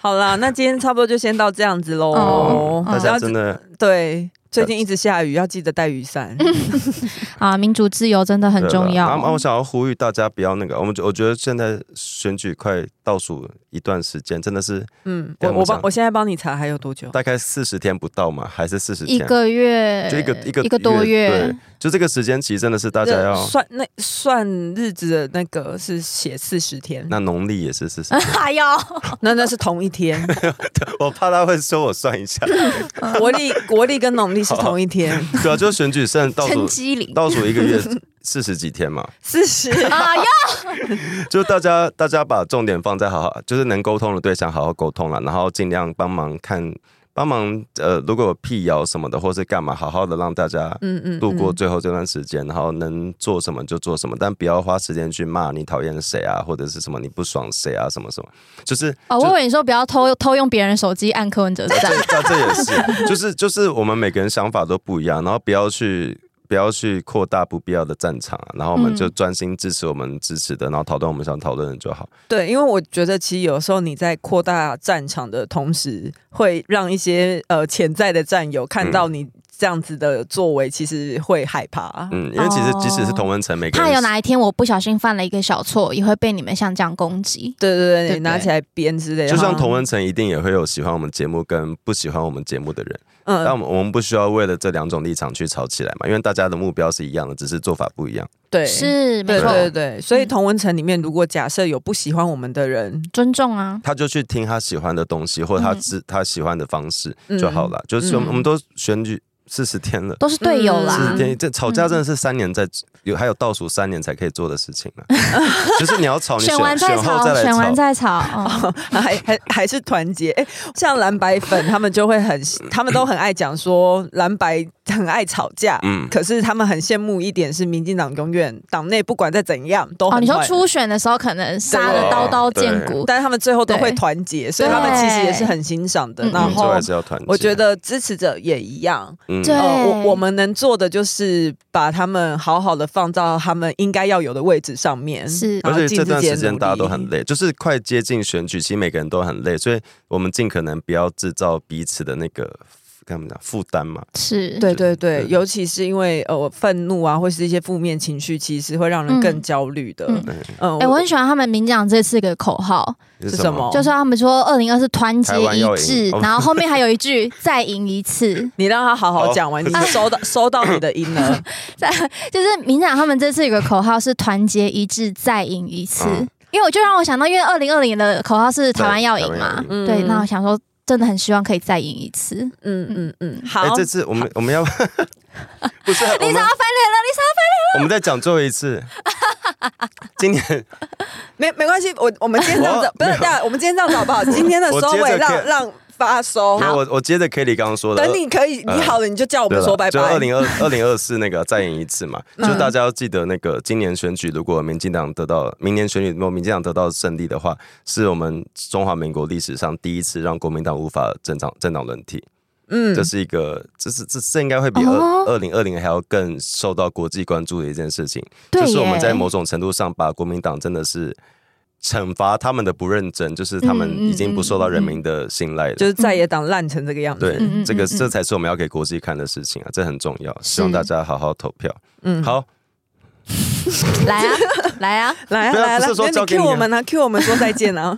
好啦，那今天差不多就先到这样子喽。
哦
大
然
家
后
真的
对，最近一直下雨，要记得带雨 伞。
啊，民主自由真的很
对
重
了
要。
然后我想要呼吁大家不要那个，我们我觉得现在选举快倒数一段时间，真的是
嗯，
对
我
我们
我帮
讲
我现在帮你查还有多久？
大概四十天不到嘛，还是四十
一
天？
个月，
就一个一个
一个多
对
月，，，
就这个时间其实真的是大家要，
算那算日子的那个是写四十天，
那农历也是四十
哎呦，
那那是同一天，
我怕他会说我算一下，
国历国历跟农历是同一天，
对啊，就选举剩倒
陈
数
机灵
倒数一个月四十几天嘛，
四十。
啊呀，
就大家大家把重点放在好好，就是能沟通的对象好好沟通了，然后尽量帮忙看。帮忙，呃，如果有辟谣什么的，或是干嘛，好好的让大家
嗯嗯，
度过
嗯
最后这段时间，然后能做什么就做什么，但不要花时间去骂你讨厌谁啊，或者是什么你不爽谁啊，什么什么，就是
哦，我以为你说不要偷偷用别人手机按柯文哲的赞，
那这 也是，就是就是我们每个人想法都不一样，然后不要去不要去扩大不必要的战场啊、然后我们
嗯
就专心支持我们支持的，然后讨论我们想讨论的就好。
对，因为我觉得其实有时候你在扩大战场的同时，会让一些呃潜在的战友
嗯
看到你这样子的作为，其实会害怕。
嗯，因为其实
哦
即使是同温层，每个
怕哦有
人
哪一天我不小心犯了一个小错，也会被你们像这样攻击。
对对对，
对
你拿起来编之类的，
就像
哈
同温层一定也会有喜欢我们节目跟不喜欢我们节目的人，但我
嗯，
们我们不需要为了这两种立场去吵起来嘛，因为大家的目标是一样的，只是做法不一样。
对，
是，没
对
错，嗯
对对，所以同文层里面，如果假设有不喜欢我们的人，
尊重啊，
他就去听他喜欢的东西，或者他知他喜欢的方式就好了。就是我
嗯
们我们都选举四十天了。
都是队友
嗯
四
啦
十。天，这吵架真的是三年在有，还有倒数三年才可以做的事情呢。就是你要吵，你
选完再
选后
吵，
来
选完
吵。
再吵， 嗯
还还还是团结。哎、像蓝白粉，他们就会很，他们都很爱讲说蓝白很爱吵架，
嗯
可是他们很羡慕一点是，民进党永远党内不管再怎样都很
哦，你说
团
初选的时候可能杀的刀刀见骨，
但是他们最后都
对
会团结，所以他们其实也是很欣赏的
对。
然
嗯最后
后
还是要团结。
我觉，得支持者也一样，
嗯
对
呃，我我们能做的就是把他们好好的放到他们应该要有的位置上面。
是
然
而
后
且
尽
这
自
段
己的
时间
努
大家都
力
很累，就是快接近选举，其实每个人都很累，所以我们尽可能不要制造彼此的那个，干嘛讲负担嘛。
是，
对对
对
对，
对
尤其是因为呃愤怒啊，或是一些负面情绪，其实会让人更焦虑的。
嗯
嗯，
嗯
哎，我很喜欢他们民进党这次的口号，
是什么哦
就说他们说二零二四团结
台湾
一
要
致
赢，哦
然后后面还有一句再赢一次，
你让他好好讲完，你收到收到你的音 了。
再就是民进党他们这次有个口号是团结一致再赢一次
嗯，
因为我就让我想到，因为二零二零的口号是台湾要赢
对台湾要
嘛，
赢
嗯
对，那我想说真的很希望可以再赢一次，你
嗯嗯嗯，好
哎，，这次我们我 们要不是我
想要翻脸了，
们
你想
我们再讲最后一次。今天
没没关系，我我们今天这样子
我，
不是这样，我们今天这样子好不 好？今天的收
我接
尾
着
让
看
让发收，
我我接着 Kelly 刚刚说的，
等你可以，
呃
你好了，你就
哦
叫我
对
们
了
说拜
就二
拜。
零二二零二四那个再演一次嘛，
嗯
就大家要记得那个今年选举，如果民进党得到明年选举，如果民进党得到胜利的话，是我们中华民国历史上第一次让国民党无法政党政党轮替。
嗯
这是一个，这是这这应该会比二
哦
二零二零还要更受到国际关注的一件事情，
对
就是我们在
耶
某种程度上把国民党真的是惩罚他们的不认真，就是他们
嗯嗯
已经不受到人民
嗯
的信赖了。
就是在野党烂成这个样子。
对，
嗯嗯
这个
嗯嗯
这才是我们要给国际看的事情啊，这很重要，希望
是
大家好好投票。
嗯，
好，
来 啊，来啊，
来啊
对啊
来啊
不
来
是
啊，
说
那
交
你
给你
Q
啊
我们呢？Q 我们说再见 啊！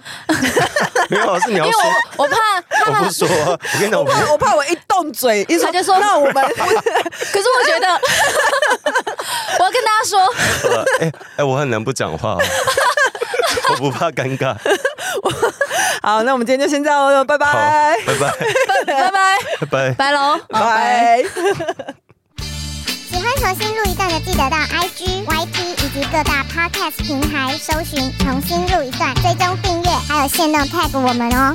没有是你要
因为
说，
我我怕他
我
们
不说啊，我跟你讲，
我
我不
怕我怕我一动嘴，一
他就说
那我们
可是我觉得， 我要跟大家说，
说了，哎哎，我很能不讲话哦，我不怕尴尬。
好，那我们今天就先这样了，拜
好，
拜
拜拜，
拜拜，
拜拜。
拜喽，好。
拜。
喜欢重新录一段的，记得到 IG、YT 以及各大 Podcast 平台搜寻“重新录一段”，追踪订阅，还有限定 tag 我们哦。